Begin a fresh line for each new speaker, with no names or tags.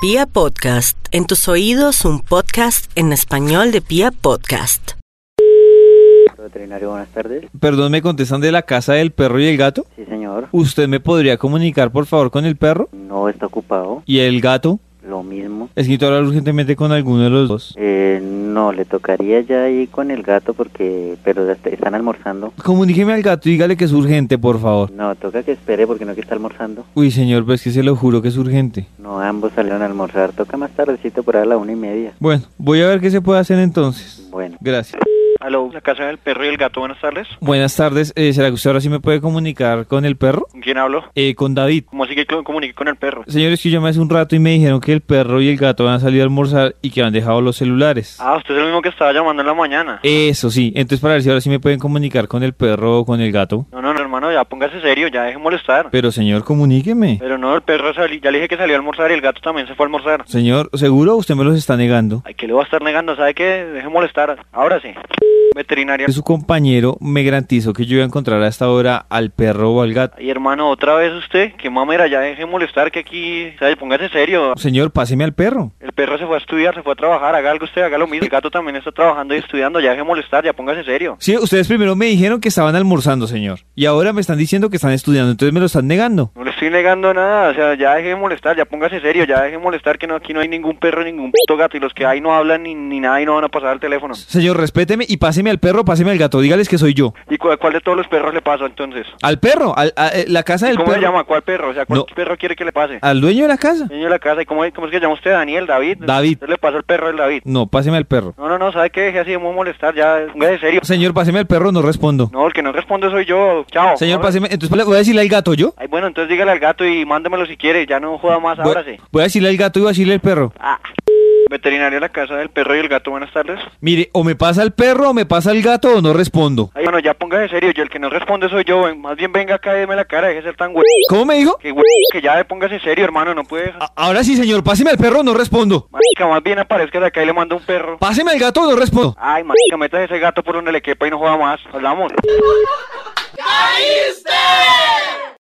Pia Podcast, en tus oídos un podcast en español de Pia Podcast.
Veterinario, buenas tardes.
Perdón, me contestan de la casa del perro y el gato.
Sí, señor.
¿Usted me podría comunicar, por favor, con el perro?
No está ocupado.
¿Y el gato?
Lo mismo.
Necesito hablar urgentemente con alguno de los dos.
Eh, no, le tocaría ya ir con el gato porque... Pero ya est- están almorzando.
Comuníqueme al gato y dígale que es urgente, por favor.
No, toca que espere porque no que está almorzando.
Uy, señor, pues que se lo juro que es urgente.
No, ambos salieron a almorzar. Toca más tardecito por ahí a la una y media.
Bueno, voy a ver qué se puede hacer entonces.
Bueno.
Gracias.
Aló, la casa del perro y el gato, buenas tardes.
Buenas tardes. eh, ¿Será que usted ahora sí me puede comunicar con el perro?
¿Con quién hablo?
Eh, con David.
¿Cómo así que co- comuniqué con el perro?
Señores, que yo llamé hace un rato y me dijeron que el perro y el gato van a salir a almorzar y que han dejado los celulares.
Ah, usted es el mismo que estaba llamando en la mañana.
Eso sí, entonces para ver si ahora sí me pueden comunicar con el perro o con el gato.
No, no, no, hermano, ya póngase serio, ya deje de molestar.
Pero señor, comuníqueme.
Pero no, el perro sali- ya le dije que salió a almorzar y el gato también se fue a almorzar.
Señor, seguro usted me los está negando.
Ay, que le va a estar negando, ¿sabe qué? Deje de molestar. Ahora sí. Veterinaria.
Que Su compañero me garantizó que yo iba a encontrar a esta hora al perro o al gato.
Ay, hermano, otra vez usted, que mamera, ya deje de molestar, que aquí... O sea, póngase serio.
Señor, páseme al perro.
El perro se fue a estudiar, se fue a trabajar, haga algo usted, haga lo mismo. El gato también está trabajando y estudiando, ya deje de molestar, ya póngase serio.
Sí, ustedes primero me dijeron que estaban almorzando, señor. Y ahora me están diciendo que están estudiando, entonces me lo están negando.
No le estoy negando nada, o sea, ya deje de molestar, ya póngase serio, ya deje de molestar que no aquí no hay ningún perro, ningún puto gato y los que hay no hablan ni, ni nada y no van a pasar el teléfono.
Señor, respéteme y páseme al perro, páseme al gato. Dígales que soy yo.
¿Y cu- cuál de todos los perros le pasa entonces?
Al perro, al- a- eh, la casa
¿Y
del
¿Cómo
perro.
se llama? ¿Cuál perro? O sea, ¿cuál
No. Ah.
perro quiere que le pase?
Al dueño de la casa.
Niño de la casa, ¿y cómo, cómo es que llama usted? Daniel, David.
David.
Usted le pasó el perro del David.
No, páseme al perro.
No, no, no, ¿sabe qué? Deje así de molestar, ya póngase serio.
Señor, páseme al perro, no respondo.
No, el que no responde soy yo, chao.
Señor,
Ahora-
páseme. Entonces le voy a decirle al gato yo.
Ay, bueno, entonces dígale al gato y mándemelo si quiere, ya no joda más,
Voy,
ahora sí.
voy a decirle al gato y voy a decirle al perro.
Ah. Veterinario de la casa del perro y el gato, buenas tardes.
Mire, o me pasa el perro o me pasa el gato o no respondo.
Ay, bueno, ya póngase serio, yo el que no responde soy yo, eh. más bien venga acá y deme la cara, deje de ser tan güey.
¿Cómo me dijo?
Que güey, que ya póngase serio, hermano, no puede dejar.
A- ahora sí, señor, páseme al perro o no respondo.
Marica, más bien aparezca de acá y le manda un perro.
Páseme al gato o no respondo.
Ay, marica, métase ese gato por donde le quepa y no joda más. Hablamos.